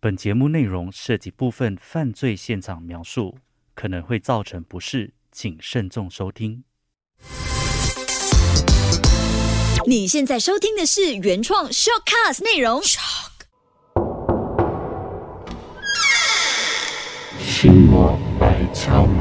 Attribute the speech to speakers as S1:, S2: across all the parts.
S1: 本节目内容涉及部分犯罪现场描述，可能会造成不适，请慎重收听。
S2: 你现在收听的是原创 Shortcast 内容。
S3: 是我来敲门。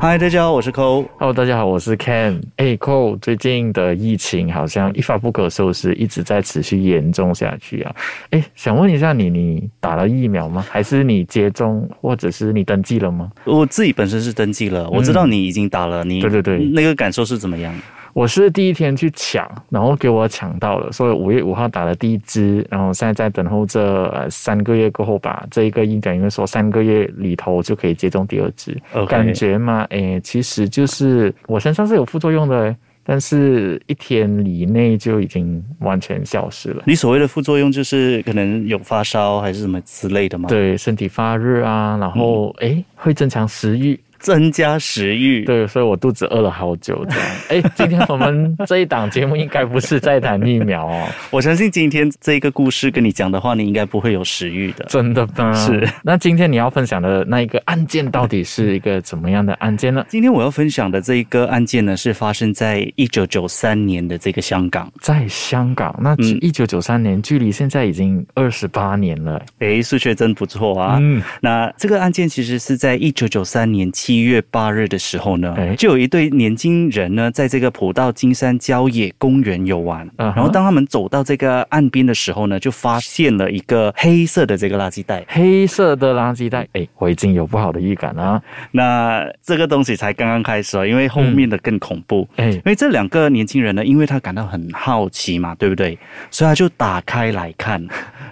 S1: 嗨，大家好，我是 Cole。
S3: Hello，大家好，我是 Ken。哎、c o l e 最近的疫情好像一发不可收拾，一直在持续严重下去啊。哎、想问一下你，你打了疫苗吗？还是你接种，或者是你登记了吗？
S1: 我自己本身是登记了，我知道你已经打了，你
S3: 对对对
S1: 那个感受是怎么样？
S3: 我是第一天去抢，然后给我抢到了，所以五月五号打了第一支，然后现在在等候这呃三个月过后吧，这一个医疗因为说三个月里头就可以接种第二支。
S1: OK
S3: 感觉嘛，诶，其实就是我身上是有副作用的，但是一天以内就已经完全消失了。
S1: 你所谓的副作用就是可能有发烧还是什么之类的吗？，
S3: 对，身体发
S1: 嗯
S3: 热啊，然后诶会增强食欲，
S1: 增加食欲。
S3: 对，所以我肚子饿了好久这样。诶， 今天我们这一档节目应该不是在谈疫苗 哦，
S1: 我相信今天这个故事跟你讲的话，你应该不会有食欲的。
S3: 真的吗？
S1: 是。
S3: 那今天你要分享的那一个案件到底是一个怎么样的案件呢？
S1: 今天我要分享的这一个案件呢，是发生在一九九三年的这个香港。
S3: 在香港，那
S1: 嗯
S3: 一九九三年，距离现在已经二十八年了。
S1: 诶，数学真不错啊！
S3: 嗯，
S1: 那这个案件其实是在一九九三年七月八日的时候呢
S3: 哎，
S1: 就有一对年轻人呢，在这个普道金山郊野公园游玩。
S3: 嗯哼
S1: 然后当他们走到这个岸边的时候呢，就发现了一个黑色的这个垃圾袋。
S3: 黑色的垃圾袋，哎，我已经有不好的预感了啊。
S1: 那这个东西才刚刚开始哦，因为后面的更恐怖。
S3: 哎
S1: 因，为这两个年轻人呢，因为他感到很好奇嘛，对不对？所以他就打开来 看，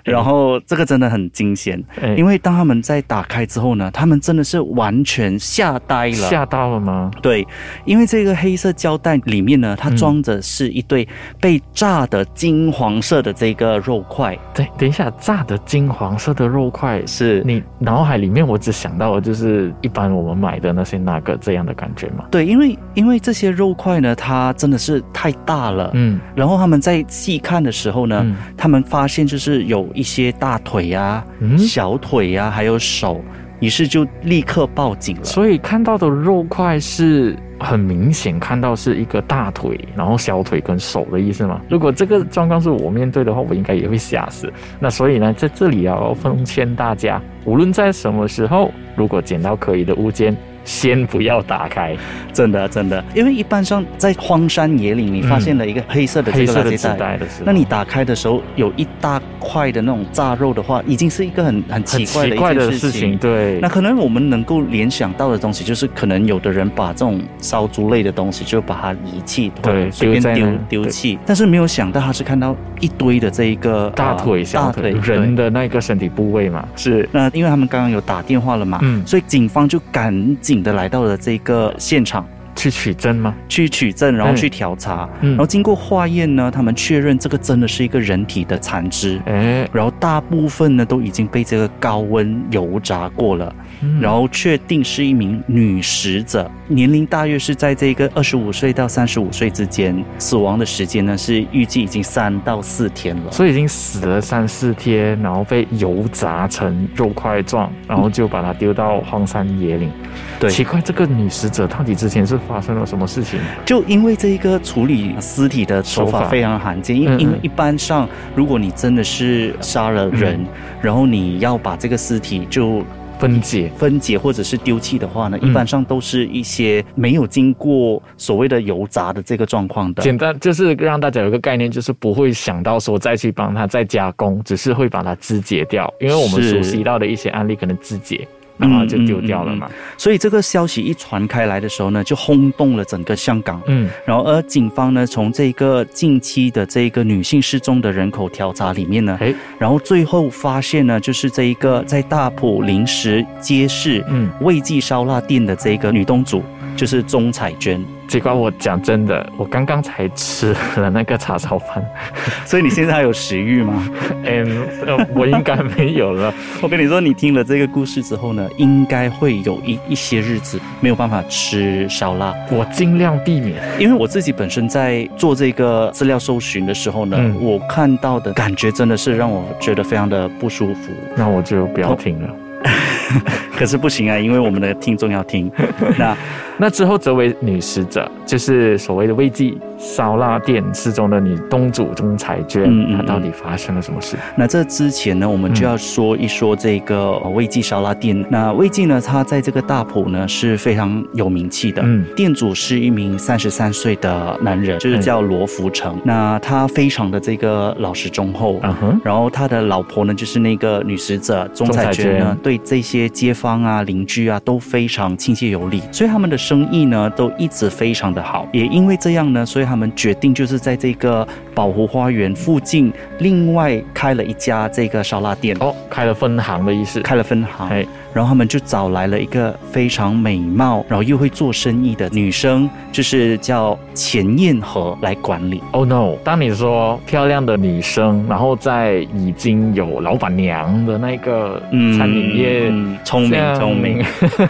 S1: 然后这个真的很惊险，
S3: 哎
S1: 因为当他们在打开之后呢，他们真的是完全吓呆了。
S3: 吓到了吗？
S1: 对，因为这个黑色胶带里面呢，它
S3: 嗯
S1: 装着是一对被炸的金黄色的这个肉块，
S3: 对，等一下，炸的金黄色的肉块，
S1: 是
S3: 你脑海里面我只想到的就是一般我们买的那些那个这样的感觉嘛。
S1: 对，因为因为这些肉块呢，它真的是太大了。
S3: 嗯
S1: 然后他们在细看的时候呢，
S3: 嗯
S1: 他们发现就是有一些大腿呀、
S3: 嗯，
S1: 小腿呀、还有手，于是就立刻报警了。
S3: 所以看到的肉块是很明显看到是一个大腿，然后小腿跟手的意思嘛。如果这个状况是我面对的话，我应该也会吓死。那所以呢，在这里啊，我奉劝大家，无论在什么时候，如果捡到可疑的物件，先不要打开。
S1: 真的真的，因为一般上在荒山野岭，你发现了一个黑色的这
S3: 嗯黑
S1: 个
S3: 色
S1: 垃
S3: 的纸
S1: 圾袋。
S3: 袋的时候，
S1: 那你打开的时候有一大块的那种炸肉的话，已经是一个很很
S3: 很
S1: 奇怪
S3: 奇
S1: 的
S3: 怪
S1: 一
S3: 的
S1: 件
S3: 事
S1: 事
S3: 情，
S1: 情。
S3: 对
S1: 那。可能我们能够联想到的东西，就是可能有的人把这种烧猪类的东西就把它遗弃，
S3: 对
S1: 随
S3: 丢在
S1: 便丢
S3: 那
S1: 丢
S3: 对
S1: 弃，但是没有想到他是看到一堆的这一个
S3: 大
S1: 呃
S3: 腿、小
S1: 大
S3: 腿，
S1: 腿
S3: 人的那个身体部位嘛，
S1: 是，那因为他们刚刚有打电话了嘛，
S3: 嗯
S1: 所以警方就赶紧的来到了这个现场
S3: 去取证吗？
S1: 去取证，然后
S3: 嗯
S1: 去调查，
S3: 嗯
S1: 然后经过化验呢，他们确认这个真的是一个人体的残肢。
S3: 哎，
S1: 然后大部分呢都已经被这个高温油炸过了，
S3: 嗯
S1: 然后确定是一名女死者，年龄大约是在这个二十五岁到三十五岁之间，死亡的时间呢是预计已经三到四天了。
S3: 所以已经死了三四天，然后被油炸成肉块状，然后就把它丢到荒山野岭。
S1: 对
S3: 奇怪，这个女死者到底之前是发生了什么事情？
S1: 就因为这一个处理尸体的手
S3: 手
S1: 法
S3: 法
S1: 非常罕见，因
S3: 嗯嗯
S1: 因为一般上，如果你真的是杀了
S3: 嗯
S1: 人，然后你要把这个尸体就
S3: 分解，
S1: 分解或者是丢弃的话呢，
S3: 嗯
S1: 一般上都是一些没有经过所谓的油炸的这个状况的。
S3: 简单就是让大家有一个概念，就是不会想到说再去帮它再加工，只是会把它肢解掉，因为我们
S1: 是
S3: 熟悉到的一些案例可能肢解。
S1: 嗯
S3: 然后就丢掉了嘛，
S1: 所以这个消息一传开来的时候呢，就轰动了整个香港。
S3: 嗯
S1: 然后，而警方呢，从这个近期的这个女性失踪的人口调查里面呢，
S3: 哎，
S1: 然后最后发现呢，就是这一个在大埔临时街市
S3: 嗯
S1: 味记烧腊店的这个女东主，就是钟彩娟，
S3: 结果我讲真的，我刚刚才吃了那个叉烧饭，
S1: 所以你现在还有食欲吗？
S3: 嗯，呃我应该没有了。
S1: 我跟你说，你听了这个故事之后呢，应该会有一一些日子没有办法吃烧腊，
S3: 我尽量避免。
S1: 因为我自己本身在做这个资料搜寻的时候呢，
S3: 嗯
S1: 我看到的感觉真的是让我觉得非常的不舒服。
S3: 那我就不要听了。
S1: 可是不行啊，因为我们的听众要 听。那
S3: 那之后，这位女使者就是所谓的魏记烧腊店失踪的女东主钟彩娟，
S1: 嗯嗯
S3: 她到底发生了什么事？
S1: 那这之前呢，我们就要说一说这个呃魏记烧腊店。那魏记呢，他在这个大埔呢是非常有名气的。
S3: 嗯
S1: 店主是一名三十三岁的男人，就是叫罗福成。那他非常的这个老实忠厚。
S3: 啊哼，
S1: 然后他的老婆呢，就是那个女使者钟彩娟
S3: 钟彩
S1: 呢
S3: 娟，
S1: 对这些街坊啊、邻居啊都非常亲切有礼，所以他们的生意呢都一直非常的好。也因为这样呢，所以他们决定就是在这个宝湖花园附近另外开了一家这个烧腊店，
S3: 哦，开了分行的意思。
S1: 开了分行。
S3: 哎，
S1: 然后他们就找来了一个非常美貌，然后又会做生意的女生，就是叫钱燕和来管理。
S3: Oh no！当你说漂亮的女生，然后在已经有老板娘的那个餐饮业，
S1: 嗯聪
S3: 这
S1: 明
S3: 样
S1: 聪 明。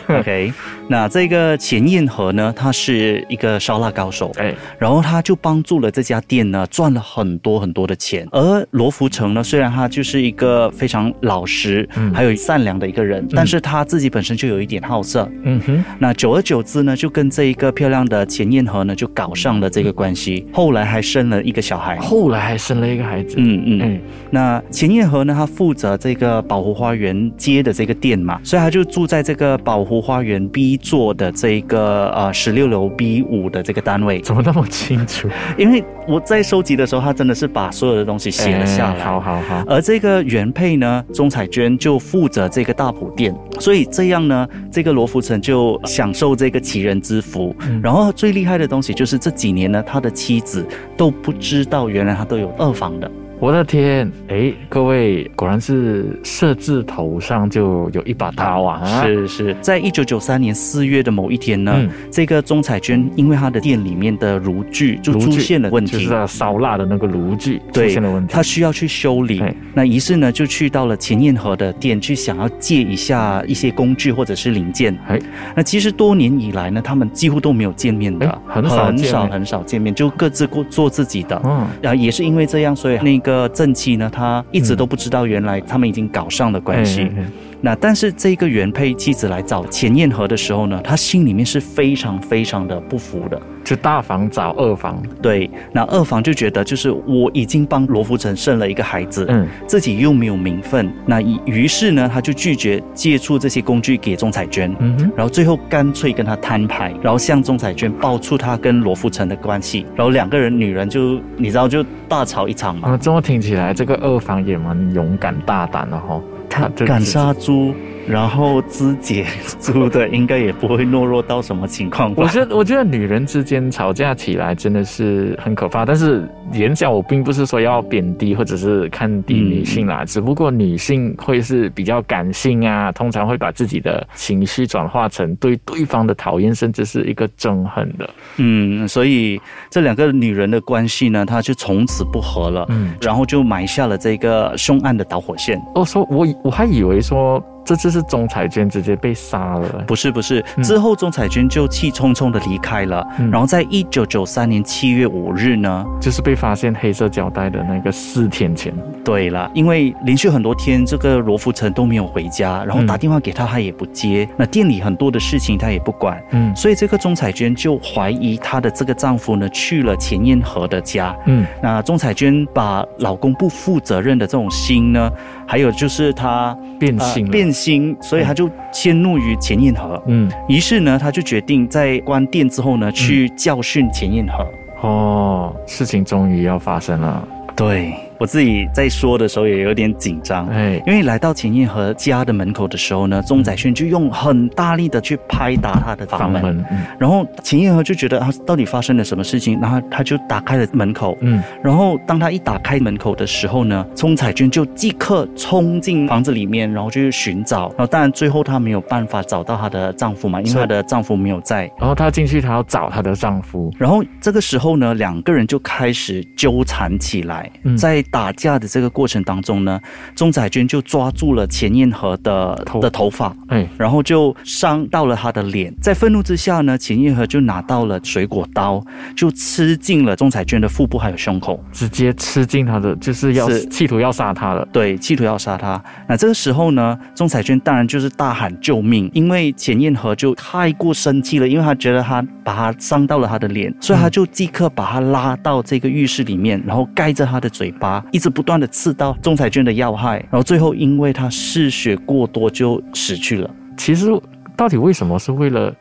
S1: OK，那这个钱燕和呢，他是一个烧腊高手，
S3: 哎，
S1: 然后他就帮助了这家店呢赚了很多很多的钱。而罗福成呢，虽然他就是一个非常老实，
S3: 嗯
S1: 还有善良的一个人，但是他自己本身就有一点好色。
S3: 嗯哼，
S1: 那久而久之呢，就跟这一个漂亮的钱燕和呢就搞上了这个关系，后来还生了一个小孩。
S3: 后来还生了一个孩子。
S1: 嗯嗯，
S3: 哦哎，
S1: 那钱燕和呢，他负责这个宝湖花园街的这个店嘛，所以他就住在这个宝湖花园 B 座的这一个呃十六楼 B 五的这个单位。
S3: 怎么那么清 楚？
S1: 因为我在收集的时候，他真的是把所有的东西写了下来。
S3: 哎好好好，
S1: 而这个原配呢，钟彩娟就负责这个大埔店，所以这样呢，这个罗福成就享受这个奇人之福。
S3: 嗯
S1: 然后最厉害的东西就是这几年呢，他的妻子都不知道原来他都有二房的。
S3: 我的天，哎，各位果然是设置头上就有一把刀 啊！，
S1: 是是，在一九九三年四月的某一天呢，
S3: 嗯
S1: 这个钟彩娟因为她的店里面的炉具就
S3: 炉具
S1: 出现了问
S3: 就
S1: 题
S3: 是。那烧腊的那个炉具出
S1: 对
S3: 现了问题
S1: 她。需要去修理
S3: 哎，
S1: 那于是呢就去到了钱燕和的店去想要借一下一些工具或者是零件。
S3: 哎
S1: 那其实多年以来呢，他们几乎都没有见面的
S3: 哎，很少
S1: 很
S3: 见
S1: 少
S3: 哎
S1: 很少见面，就各自过做自己的。
S3: 嗯，
S1: 然后也是因为这样，所以那个正妻呢，她一直
S3: 嗯
S1: 都不知道原来他们已经搞上了关系。
S3: 哎哎哎
S1: 那但是这个原配妻子来找钱燕和的时候呢，她心里面是非常非常的不服的。
S3: 就大房找二房，
S1: 对，那二房就觉得就是我已经帮罗福成生了一个孩子，
S3: 嗯，
S1: 自己又没有名分，那于于是呢，他就拒绝借出这些工具给钟彩娟。
S3: 嗯哼，
S1: 然后最后干脆跟他摊牌，然后向钟彩娟爆出他跟罗富成的关系，然后两个人女人就你知道就大吵一场嘛，
S3: 啊，这么听起来，这个二房也蛮勇敢大胆的哈、
S1: 他
S3: 就
S1: 敢
S3: 只是
S1: 杀猪，然后肢解猪的，应该也不会懦弱到什么情况吧？
S3: 我觉得，我觉得女人之间吵架起来真的是很可怕。但是言下我并不是说要贬低或者是看低女性啦，只不过女性会是比较感性啊，通常会把自己的情绪转化成对对方的讨厌，甚至是一个憎恨的。
S1: 嗯，所以这两个女人的关系呢，她就从此不和了，
S3: 嗯，
S1: 然后就埋下了这个凶案的导火线。
S3: 我哦说我以我还以为说这次是钟彩娟直接被杀了，
S1: 不是不是，
S3: 嗯
S1: 之后钟彩娟就气冲冲的离开了。
S3: 嗯
S1: 然后在一九九三年七月五日呢，
S3: 就是被发现黑色胶带的那个四天前。
S1: 对了，因为连续很多天这个罗福成都没有回家，然后
S3: 嗯
S1: 打电话给他他也不接，那店里很多的事情他也不管，
S3: 嗯
S1: 所以这个钟彩娟就怀疑她的这个丈夫呢去了钱燕和的家，
S3: 嗯，
S1: 那钟彩娟把老公不负责任的这种心呢，还有就是她呃
S3: 啊变性了。
S1: 变心，所以她就迁怒于钱燕和。
S3: 嗯
S1: 于是呢，她就决定在关店之后呢，去教训钱燕和。
S3: 哦，事情终于要发生了。
S1: 对，我自己在说的时候也有点紧张，
S3: 哎，
S1: 因为来到钱燕和家的门口的时候呢，钟载轩就用很大力的去拍打他的房
S3: 房
S1: 门，嗯
S3: 门，
S1: 然后钱燕和就觉得啊，到底发生了什么事情？然后他就打开了门口，
S3: 嗯
S1: 然后当他一打开门口的时候呢，钟彩娟就即刻冲进房子里面，然后就去寻找。然后当然最后她没有办法找到她的丈夫嘛，因
S3: 是
S1: 为她的丈夫没有在。
S3: 然后她进去，她要找她的丈夫，
S1: 然后这个时候呢，两个人就开始纠缠起来。
S3: 嗯
S1: 在打架的这个过程当中呢，钟彩娟就抓住了钱燕和的
S3: 头
S1: 的头发，
S3: 哎，
S1: 然后就伤到了他的脸。在愤怒之下呢，钱燕和就拿到了水果刀，就吃进了钟彩娟的腹部还有胸口。
S3: 直接吃进她的，就是要
S1: 是
S3: 企图要杀她了。
S1: 对，企图要杀他。那这个时候呢，钟彩娟当然就是大喊救命，因为钱燕和就太过生气了，因为她觉得她把她伤到了她的脸，所以她就即刻把她拉到这个浴室里面，然后盖着她的嘴巴，一直不断的刺到钟彩娟的要害，然后最后因为她失血过多就死去了。
S3: 其实到底为什么是为了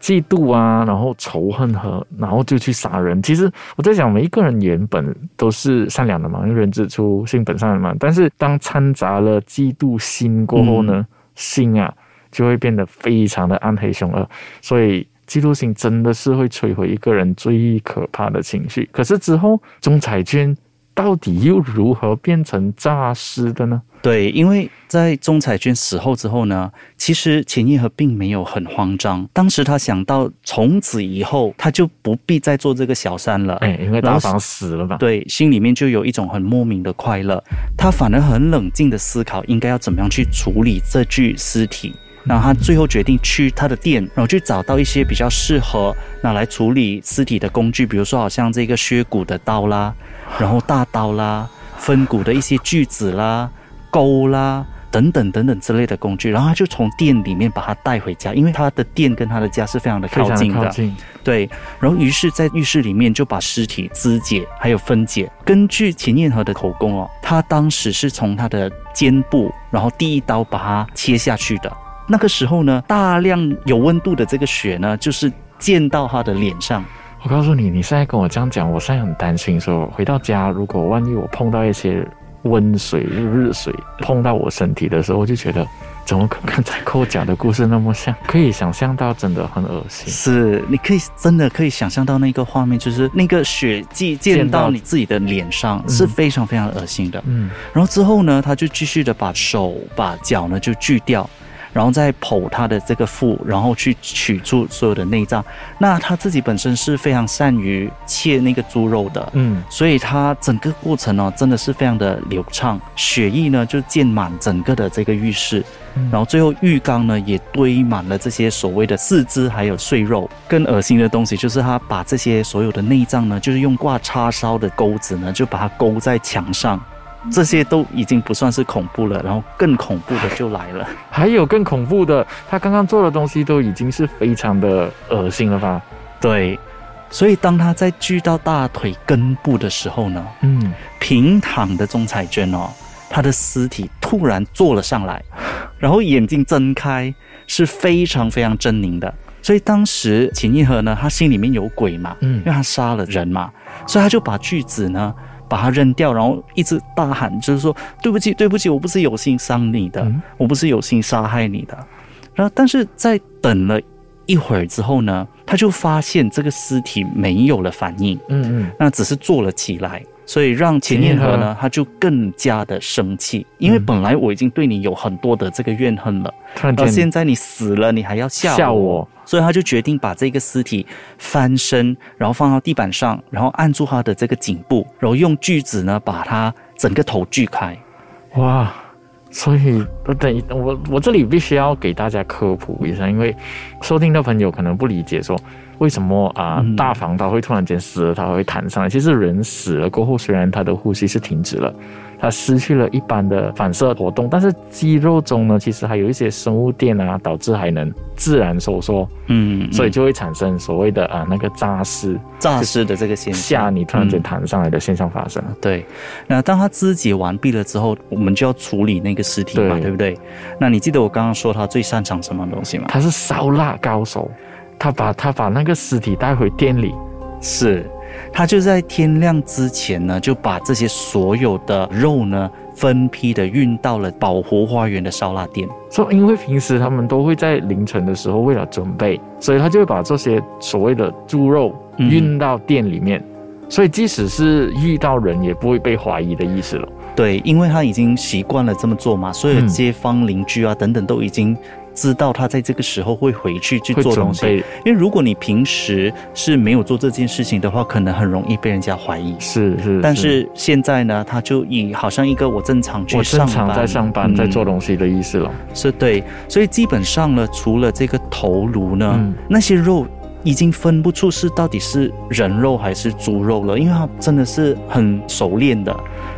S3: 嫉妒啊，然后仇恨和，然后就去杀人？其实我在想，每一个人原本都是善良的嘛，因为人之初性本善嘛。但是当掺杂了嫉妒心过后呢，心
S1: 嗯
S3: 啊就会变得非常的暗黑凶恶，所以。嫉妒心真的是会摧毁一个人最可怕的情绪。可是之后，钟彩娟到底又如何变成诈尸的呢？
S1: 对，因为在钟彩娟死后之后呢，其实钱叶和并没有很慌张。当时他想到，从此以后他就不必再做这个小三了。
S3: 哎，因为
S1: 然
S3: 大
S1: 后
S3: 房死了吧？
S1: 对，心里面就有一种很莫名的快乐。他反而很冷静的思考，应该要怎么样去处理这具尸体。然后他最后决定去他的店，然后去找到一些比较适合拿来处理尸体的工具，比如说好像这个削骨的刀啦，然后大刀啦，分骨的一些锯子啦、钩啦。等等等等之类的工具，然后他就从店里面把它带回家，因为他的店跟他的家是非常的
S3: 非
S1: 靠
S3: 常
S1: 近
S3: 地
S1: 的
S3: 靠，近。
S1: 对，然后于是，在浴室里面就把尸体肢解，还有分解。根据秦燕和的口供哦，他当时是从他的肩部，然后第一刀把它切下去的。那个时候呢，大量有温度的这个血呢，就是溅到他的脸上。
S3: 我告诉你，你现在跟我这样讲，我现在很担心说，回到家如果万一我碰到一些温水、热水碰到我身体的时候，我就觉得怎么跟刚才扣讲的故事那么像？可以想象到，真的很恶心。
S1: 是，你可以真的可以想象到那个画面，就是那个血迹溅
S3: 溅
S1: 到
S3: 到
S1: 你自己的脸上，是
S3: 嗯
S1: 非常非常恶心的。
S3: 嗯，
S1: 然后之后呢，他就继续的把手、把脚呢就锯掉，然后再剖他的这个腹，然后去取出所有的内脏。那他自己本身是非常善于切那个猪肉的，
S3: 嗯，
S1: 所以他整个过程哦真的是非常的流畅，血液呢就溅满整个的这个浴室，
S3: 嗯
S1: 然后最后浴缸呢也堆满了这些所谓的四肢还有碎肉。更恶心的东西就是他把这些所有的内脏呢，就是用挂叉烧的钩子呢，就把它勾在墙上。这些都已经不算是恐怖了，然后更恐怖的就来了。
S3: 还有更恐怖的，他刚刚做的东西都已经是非常的恶心了吧？
S1: 对，所以当他在锯到大腿根部的时候呢，
S3: 嗯，
S1: 平躺的钟彩娟哦，她的尸体突然坐了上来，然后眼睛睁开，是非常非常狰狞的。所以当时秦一和呢，他心里面有鬼嘛，
S3: 嗯
S1: 因为他杀了人嘛，所以他就把锯子呢。把它扔掉，然后一直大喊，就是说对不起，对不起，我不是有心伤你的，
S3: 嗯
S1: 我不是有心杀害你的。然后，但是在等了一会儿之后呢，他就发现这个尸体没有了反应，
S3: 嗯嗯，
S1: 那只是坐了起来，所以让钱念和呢，他就更加的生气，因为本来我已经对你有很多的这个怨恨了，
S3: 突然
S1: 到现
S3: 间
S1: 在你死了，你还要吓我，
S3: 吓我，
S1: 所以他就决定把这个尸体翻身，然后放到地板上，然后按住他的这个颈部，然后用锯子呢把他整个头锯开。
S3: 哇，所以我等一我我这里必须要给大家科普一下，因为收听的朋友可能不理解说为什么啊、
S1: 嗯
S3: 大房刀会突然间死了，它会弹上来。其实人死了过后，虽然他的呼吸是停止了。他失去了一般的反射活动，但是肌肉中呢，其实还有一些生物电啊，导致还能自然收缩，
S1: 嗯，
S3: 所以就会产生所谓的啊那个扎尸，
S1: 诈尸的这个现象，
S3: 吓你突然间
S1: 嗯
S3: 弹上来的现象发生。
S1: 对，那当他肢解完毕了之后，我们就要处理那个尸体嘛，
S3: 对
S1: 对不对？那你记得我刚刚说他最擅长什么东西吗？
S3: 他是烧腊高手，他把他把那个尸体带回店里，
S1: 是，他就在天亮之前呢，就把这些所有的肉呢分批的运到了宝湖花园的烧腊店。
S3: 所以因为平时他们都会在凌晨的时候为了准备，所以他就会把这些所谓的猪肉
S1: 嗯
S3: 运到店里面，所以即使是遇到人也不会被怀疑的意思了。
S1: 对，因为他已经习惯了这么做嘛，所有
S3: 嗯
S1: 街坊邻居啊等等都已经知道他在这个时候会回去去
S3: 会
S1: 做
S3: 准
S1: 东西。
S3: 备
S1: 因为如果你平时是没有做这件事情的话，可能很容易被人家怀疑。
S3: 是是，
S1: 但是现在呢，他就以好像一个我正常去
S3: 我
S1: 上
S3: 正
S1: 班，
S3: 常在上班，
S1: 嗯
S3: 在做东西的意思了。
S1: 是对，所以基本上呢，除了这个头颅呢，
S3: 嗯
S1: 那些肉已经分不出是到底是人肉还是猪肉了，因为他真的是很熟练的，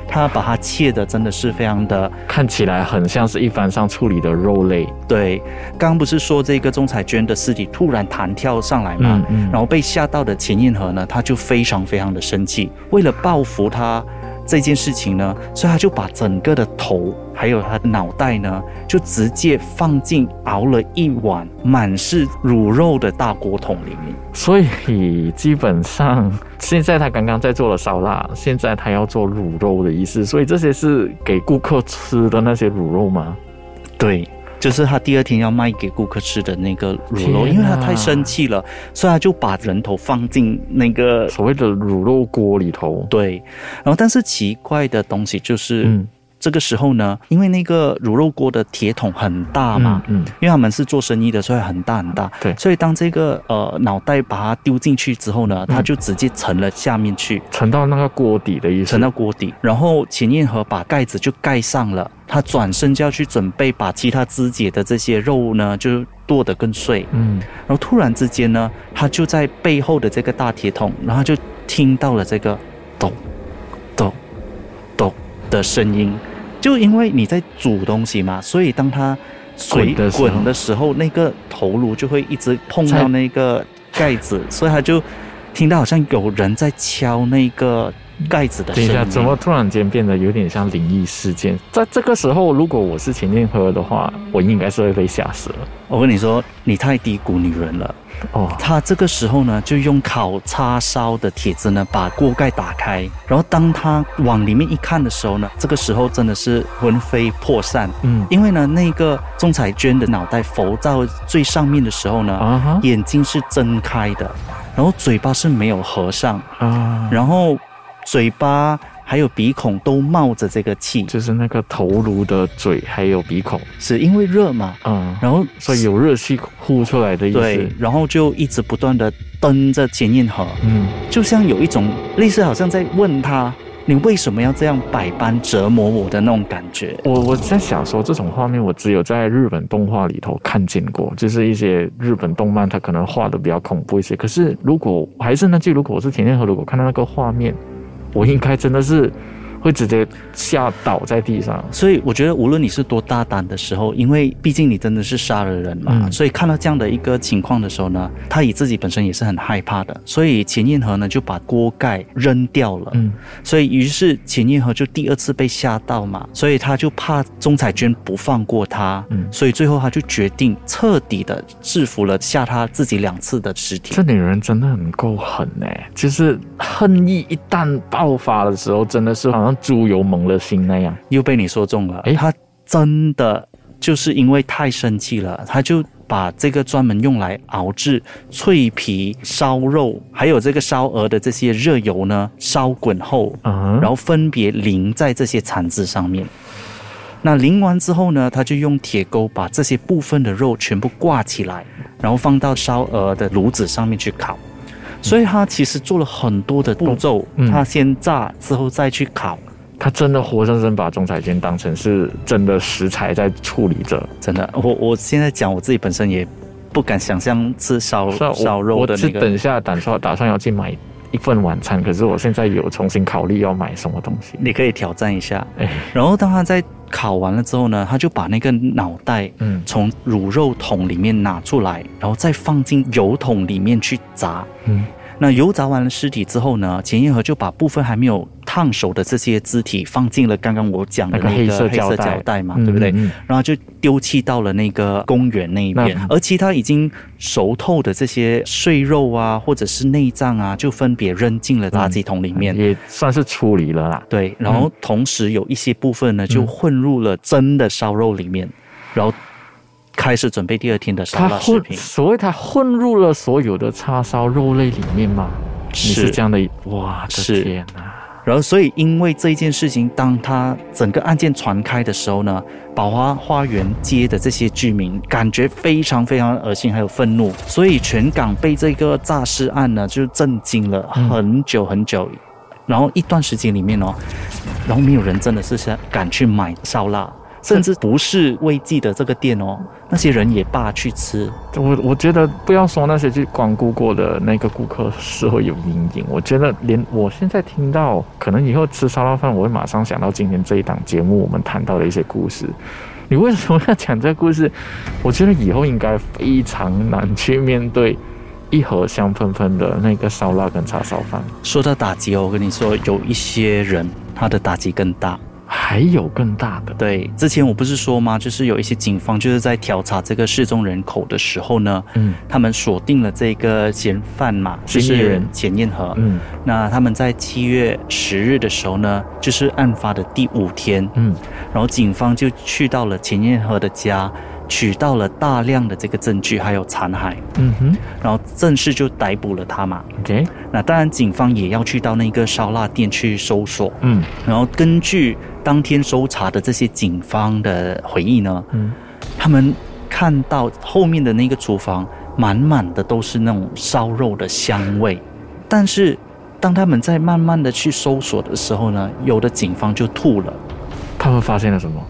S1: 他把它切的真的是非常的
S3: 看起来很像是一般上处理的肉类。
S1: 对。刚刚不是说这个钟彩娟的尸体突然弹跳上来吗？
S3: 嗯
S1: 然后被吓到的钱彦和呢，他就非常非常的生气，为了报复他这件事情呢，所以他就把整个的头还有他的脑袋呢，就直接放进熬了一碗满是卤肉的大锅桶里面。
S3: 所以基本上现在他刚刚在做了烧腊，现在他要做卤肉的意思，所以这些是给顾客吃的那些卤肉吗？
S1: 对。就是他第二天要卖给顾客吃的那个卤肉，
S3: 天哪
S1: 因为他太生气了，所以他就把人头放进那个
S3: 所谓的卤肉锅里头，
S1: 对，然后但是奇怪的东西就是、
S3: 嗯，
S1: 这个时候呢，因为那个卤肉锅的铁桶很大嘛，
S3: 嗯，嗯
S1: 因为他们是做生意的，所以很大很大。
S3: 对
S1: 所以当这个呃脑袋把它丢进去之后呢，
S3: 嗯
S1: 它就直接沉了下面去，
S3: 沉到那个锅底的意思，
S1: 沉到锅底。然后钱燕和把盖子就盖上了，他转身就要去准备把其他肢解的这些肉呢，就剁得更碎。
S3: 嗯，
S1: 然后突然之间呢，他就在背后的这个大铁桶，然后就听到了这个咚咚咚的声音。就因为你在煮东西嘛，所以当它水
S3: 滚的时候
S1: 滚的时候，那个头颅就会一直碰到
S3: 在
S1: 那个盖子，所以他就听到好像有人在敲那个盖子的
S3: 等
S1: 声
S3: 一
S1: 音。
S3: 下，怎么突然间变得有点像灵异事件？在这个时候，如果我是钱建和的话，我应该是会被吓死了。
S1: 我跟你说，你太低估女人了。
S3: 哦，
S1: 他这个时候呢，就用烤叉烧的铁子呢，把锅盖打开，然后当他往里面一看的时候呢，这个时候真的是魂飞魄散，
S3: 嗯，
S1: 因为呢，那个钟彩娟的脑袋浮到最上面的时候呢，
S3: 啊哈
S1: 眼睛是睁开的，然后嘴巴是没有合上，
S3: 啊，
S1: 然后嘴巴还有鼻孔都冒着这个气，
S3: 就是那个头颅的嘴还有鼻孔，
S1: 是因为热嘛，
S3: 嗯，
S1: 然后
S3: 所以有热气呼出来的意
S1: 对
S3: 思，，
S1: 然后就一直不断的蹬着前燕河。
S3: 嗯。
S1: 就像有一种类似好像在问他，你为什么要这样百般折磨我的那种感觉。
S3: 我我在想说，这种画面我只有在日本动画里头看见过，就是一些日本动漫，它可能画的比较恐怖一些。可是如果还是那句，如果我是田健和，如果看到那个画面，我应该真的是会直接吓倒在地上。
S1: 所以我觉得，无论你是多大胆的时候，因为毕竟你真的是杀了人嘛，
S3: 嗯
S1: 所以看到这样的一个情况的时候呢，他以自己本身也是很害怕的，所以钱燕和呢就把锅盖扔掉了，
S3: 嗯，
S1: 所以于是钱燕和就第二次被吓到嘛，所以他就怕钟彩娟不放过他，
S3: 嗯
S1: 所以最后他就决定彻底的制服了吓他自己两次的尸体。
S3: 这女人真的很够狠哎、就是恨意一旦爆发的时候，真的是好像猪油蒙了心那样。
S1: 又被你说中了。
S3: 诶
S1: 他真的就是因为太生气了，他就把这个专门用来熬制脆皮烧肉，还有这个烧鹅的这些热油呢，烧滚后，
S3: 嗯，
S1: 然后分别淋在这些铲子上面。那淋完之后呢，他就用铁钩把这些部分的肉全部挂起来，然后放到烧鹅的炉子上面去烤。所以他其实做了很多的步骤，
S3: 嗯
S1: 他先炸之后再去烤，
S3: 她真的活生生把钟彩娟当成是真的食材在处理着。
S1: 真的，我我现在讲我自己本身也不敢想象吃烧
S3: 是啊我
S1: 烧肉的
S3: 我
S1: 那
S3: 是
S1: 个。嗯
S3: 等下打算打算要去买一份晚餐，可是我现在有重新考虑要买什么东西。
S1: 你可以挑战一下，
S3: 哎，
S1: 然后当他在烤完了之后呢，他就把那个脑袋
S3: 嗯
S1: 从卤肉桶里面拿出来，然后再放进油桶里面去炸。
S3: 嗯
S1: 那油炸完了尸体之后呢，钱燕和就把部分还没有烫手的这些肢体放进了刚刚我讲的
S3: 那个
S1: 那个
S3: 黑色
S1: 黑色
S3: 胶带
S1: 胶带嘛，
S3: 嗯
S1: 对不对？
S3: 嗯嗯
S1: 然后就丢弃到了那个公园那一边
S3: 那，
S1: 而其他已经熟透的这些碎肉啊，或者是内脏啊，就分别扔进了垃圾桶里面。
S3: 也算是处理了啦。
S1: 对，然后同时有一些部分呢，就混入了真的烧肉里面，然后开始准备第二天的烧
S3: 它
S1: 腊食
S3: 混，
S1: 品。
S3: 所谓它混入了所有的叉烧肉类里面嘛？你是这样的，哇，我
S1: 是
S3: 的天哪！
S1: 然后，所以因为这一件事情，当他整个案件传开的时候呢，宝华花园街的这些居民感觉非常非常恶心，还有愤怒，所以全港被这个诈尸案呢就震惊了
S3: 嗯
S1: 很久很久。然后一段时间里面哦，然后没有人真的是想敢去买烧腊，甚至不是慰藉的这个店哦，那些人也罢去吃。
S3: 我我觉得不要说那些去光顾过的那个顾客是会有阴影，我觉得连我现在听到，可能以后吃烧腊饭，我会马上想到今天这一档节目我们谈到的一些故事。你为什么要讲这个故事？我觉得以后应该非常难去面对一盒香喷喷的那个烧腊跟叉烧饭。
S1: 说到打击哦，我跟你说，有一些人他的打击更大。
S3: 还有更大的，
S1: 对，之前我不是说吗？就是有一些警方就是在调查这个失踪人口的时候呢，
S3: 嗯
S1: 他们锁定了这个嫌犯嘛，就
S3: 嫌疑
S1: 是
S3: 人
S1: 钱彦和。
S3: 嗯
S1: 那他们在七月十日的时候呢，就是案发的第五天，
S3: 嗯，
S1: 然后警方就去到了钱彦和的家，取到了大量的这个证据，还有残骸，
S3: 嗯哼
S1: 然后正式就逮捕了他嘛。
S3: ，OK，
S1: 那当然，警方也要去到那个烧腊店去搜索。
S3: 嗯
S1: 然后根据当天搜查的这些警方的回忆呢，
S3: 嗯，
S1: 他们看到后面的那个厨房满满的都是那种烧肉的香味，但是当他们在慢慢的去搜索的时候呢，有的警方就吐了，
S3: 他们发现了什么？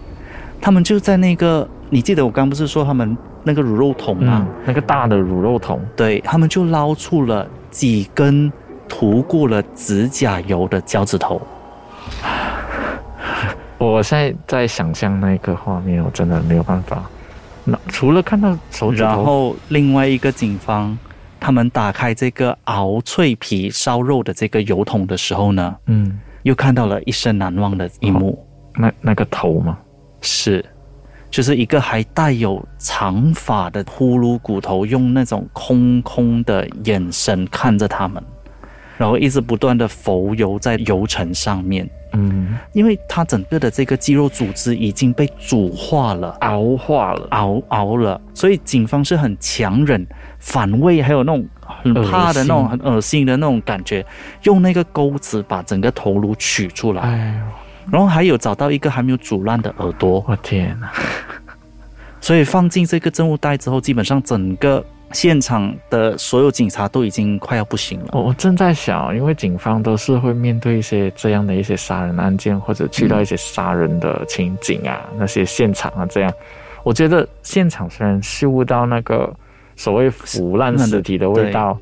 S1: 他们就在那个，你记得我刚不是说他们那个乳肉桶吗？
S3: 嗯，那个大的乳肉桶，
S1: 嗯对他们就捞出了几根涂过了指甲油的脚趾头。
S3: 我现在在想象那个画面，我真的没有办法。那除了看到手指头，
S1: 然后另外一个警方，他们打开这个熬脆皮烧肉的这个油桶的时候呢，
S3: 嗯，
S1: 又看到了一生难忘的一幕，
S3: 那那个头嘛，
S1: 是，就是一个还带有长发的呼噜骨头，用那种空空的眼神看着他们，然后一直不断的浮游在油层上面。
S3: 嗯，
S1: 因为他整个的这个肌肉组织已经被煮化了，
S3: 熬化了，
S1: 熬熬了，所以警方是很强忍反胃，还有那种很怕的那种
S3: 恶
S1: 很恶心的那种感觉，用那个钩子把整个头颅取出来，
S3: 哎呦，
S1: 然后还有找到一个还没有煮烂的耳朵，
S3: 我天哪！
S1: 所以放进这个证物袋之后，基本上整个现场的所有警察都已经快要不行了。
S3: 我我正在想，哦因为警方都是会面对一些这样的一些杀人案件，或者去到一些杀人的情景啊，那些现场啊，这样，我觉得现场虽然嗅不到那个所谓腐烂尸体的味道，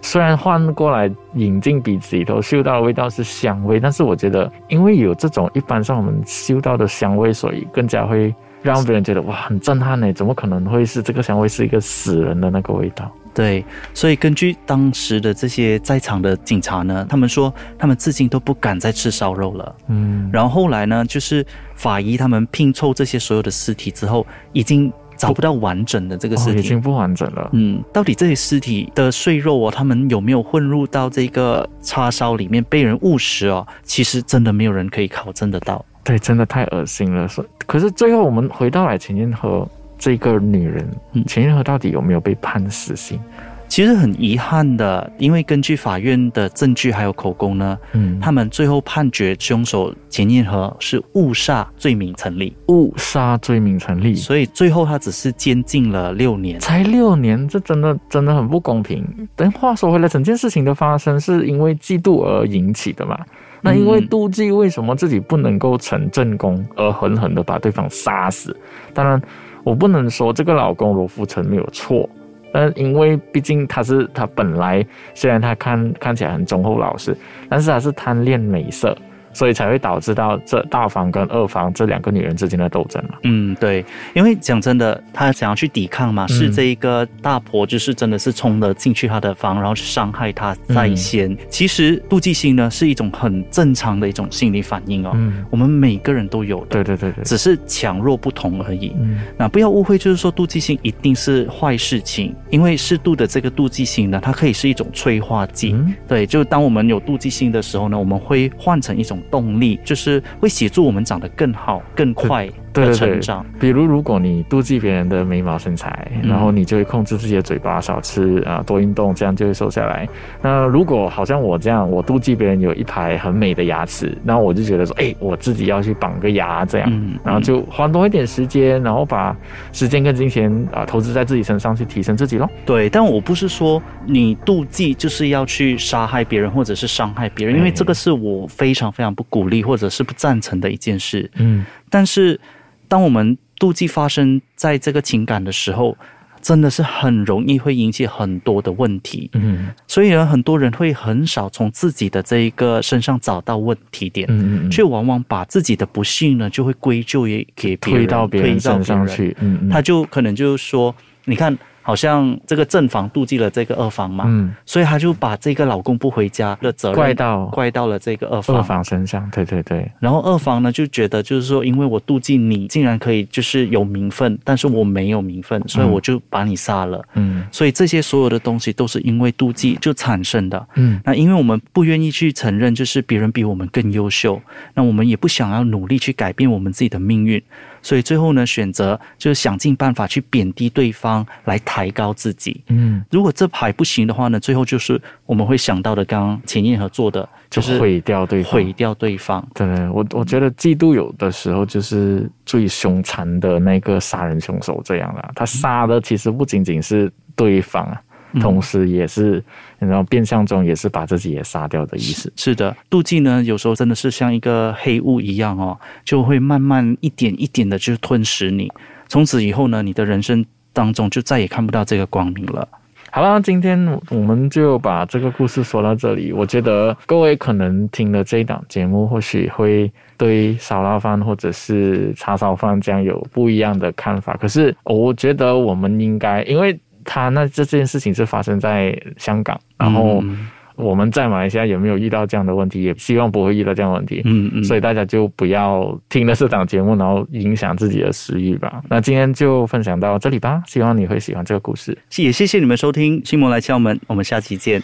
S3: 虽然换过来引进鼻子里头嗅到的味道是香味，但是我觉得，因为有这种一般上我们嗅到的香味，所以更加会。让别人觉得哇很震撼呢，怎么可能会是这个香味是一个死人的那个味道？
S1: 对，所以根据当时的这些在场的警察呢，他们说他们至今都不敢再吃烧肉了。
S3: 嗯，
S1: 然后后来呢，就是法医他们拼凑这些所有的尸体之后，已经找不到完整的这个
S3: 哦
S1: 尸
S3: 已
S1: 体。
S3: 经不完整了。
S1: 嗯，到底这些尸体的碎肉哦，他们有没有混入到这个叉烧里面被人误食哦？其实真的没有人可以考证得到。
S3: 对，真的太恶心了。所以可是最后我们回到来钱燕和这个女人
S1: 嗯，
S3: 钱燕和到底有没有被判死刑？
S1: 其实很遗憾的，因为根据法院的证据还有口供呢，
S3: 嗯，
S1: 他们最后判决凶手钱彦和是误杀罪名成立，
S3: 误杀罪名成立，
S1: 所以最后他只是监禁了六年。
S3: 才六年，这真的真的很不公平。但话说回来，整件事情的发生是因为嫉妒而引起的嘛？那因为
S1: 嗯
S3: 妒忌，为什么自己不能够成正宫而狠狠的把对方杀死？当然，我不能说这个老公罗富成没有错，但因为毕竟他是他本来虽然他看看起来很忠厚老实，但是他是贪恋美色，所以才会导致到这大房跟二房这两个女人之间的斗争嘛。
S1: 嗯，对，因为讲真的，他想要去抵抗嘛，
S3: 嗯
S1: 是这一个大婆就是真的是冲了进去他的房，然后伤害他在
S3: 嗯
S1: 先。其实妒忌心呢是一种很正常的一种心理反应哦，
S3: 嗯，
S1: 我们每个人都有的，
S3: 对对对对，
S1: 只是强弱不同而已。
S3: 嗯
S1: 那不要误会，就是说妒忌心一定是坏事情，因为适度的这个妒忌心呢，它可以是一种催化剂。
S3: 嗯
S1: 对，就当我们有妒忌心的时候呢，我们会换成一种动力，就是会协助我们长得更好、更快
S3: 对
S1: 的
S3: 对
S1: 成
S3: 对
S1: 长。
S3: 比如，如果你妒忌别人的眉毛身材，
S1: 嗯
S3: 然后你就会控制自己的嘴巴，少吃啊、多运动，这样就会瘦下来。那如果好像我这样，我妒忌别人有一排很美的牙齿，那我就觉得说，哎，我自己要去绑个牙这样，
S1: 嗯
S3: 然后就花多一点时间，然后把时间跟金钱啊、投资在自己身上去提升自己咯。
S1: 对，但我不是说你妒忌就是要去杀害别人或者是伤害别人，因为
S3: 哎
S1: 这个是我非常非常不鼓励或者是不赞成的一件事。
S3: 嗯，
S1: 但是，当我们妒忌发生在这个情感的时候，真的是很容易会引起很多的问题。
S3: 嗯
S1: 所以呢，很多人会很少从自己的这一个身上找到问题点，
S3: 嗯嗯，
S1: 却往往把自己的不幸呢，就会归咎于给别人，
S3: 推到别人
S1: 推到
S3: 身上
S1: 别人
S3: 去，嗯嗯，
S1: 他就可能就是说，你看，好像这个正房妒忌了这个二房嘛，
S3: 嗯
S1: 所以他就把这个老公不回家的责任
S3: 怪到
S1: 怪到了这个二
S3: 二
S1: 房，
S3: 房身上，对对对，
S1: 然后二房呢就觉得就是说，因为我妒忌你竟然可以就是有名分，但是我没有名分，所以我就把你杀了。
S3: 嗯
S1: 所以这些所有的东西都是因为妒忌就产生的。
S3: 嗯
S1: 那因为我们不愿意去承认，就是别人比我们更优秀，那我们也不想要努力去改变我们自己的命运，所以最后呢，选择就是想尽办法去贬低对方，来抬高自己。
S3: 嗯，
S1: 如果这还不行的话呢，最后就是我们会想到的，刚刚前燕和做的，
S3: 就
S1: 就是
S3: 毁掉对方，
S1: 毁掉对方。
S3: 对，我我觉得嫉妒有的时候就是最凶残的那个杀人凶手这样啦，他杀的其实不仅仅是对方啊，
S1: 嗯
S3: 同时也是，你知道，变相中也是把自己也杀掉的意思。
S1: 是的，妒忌呢，有时候真的是像一个黑雾一样哦，就会慢慢一点一点的就吞噬你。从此以后呢，你的人生当中就再也看不到这个光明了。
S3: 好了，今天我们就把这个故事说到这里。我觉得各位可能听了这一档节目，或许会对烧腊饭或者是叉烧饭这样有不一样的看法。可是哦我觉得我们应该，因为他那这件事情是发生在香港，然后
S1: 嗯
S3: 我们在马来西亚有没有遇到这样的问题，也希望不会遇到这样的问题。
S1: 嗯嗯，
S3: 所
S1: 以
S3: 以大家就不要听了这档节目，然后影响自己的食欲吧。那今天就分享到这里吧，希望你会喜欢这个故事。
S1: 也谢谢你们收听《新魔来敲门》，我们下期见。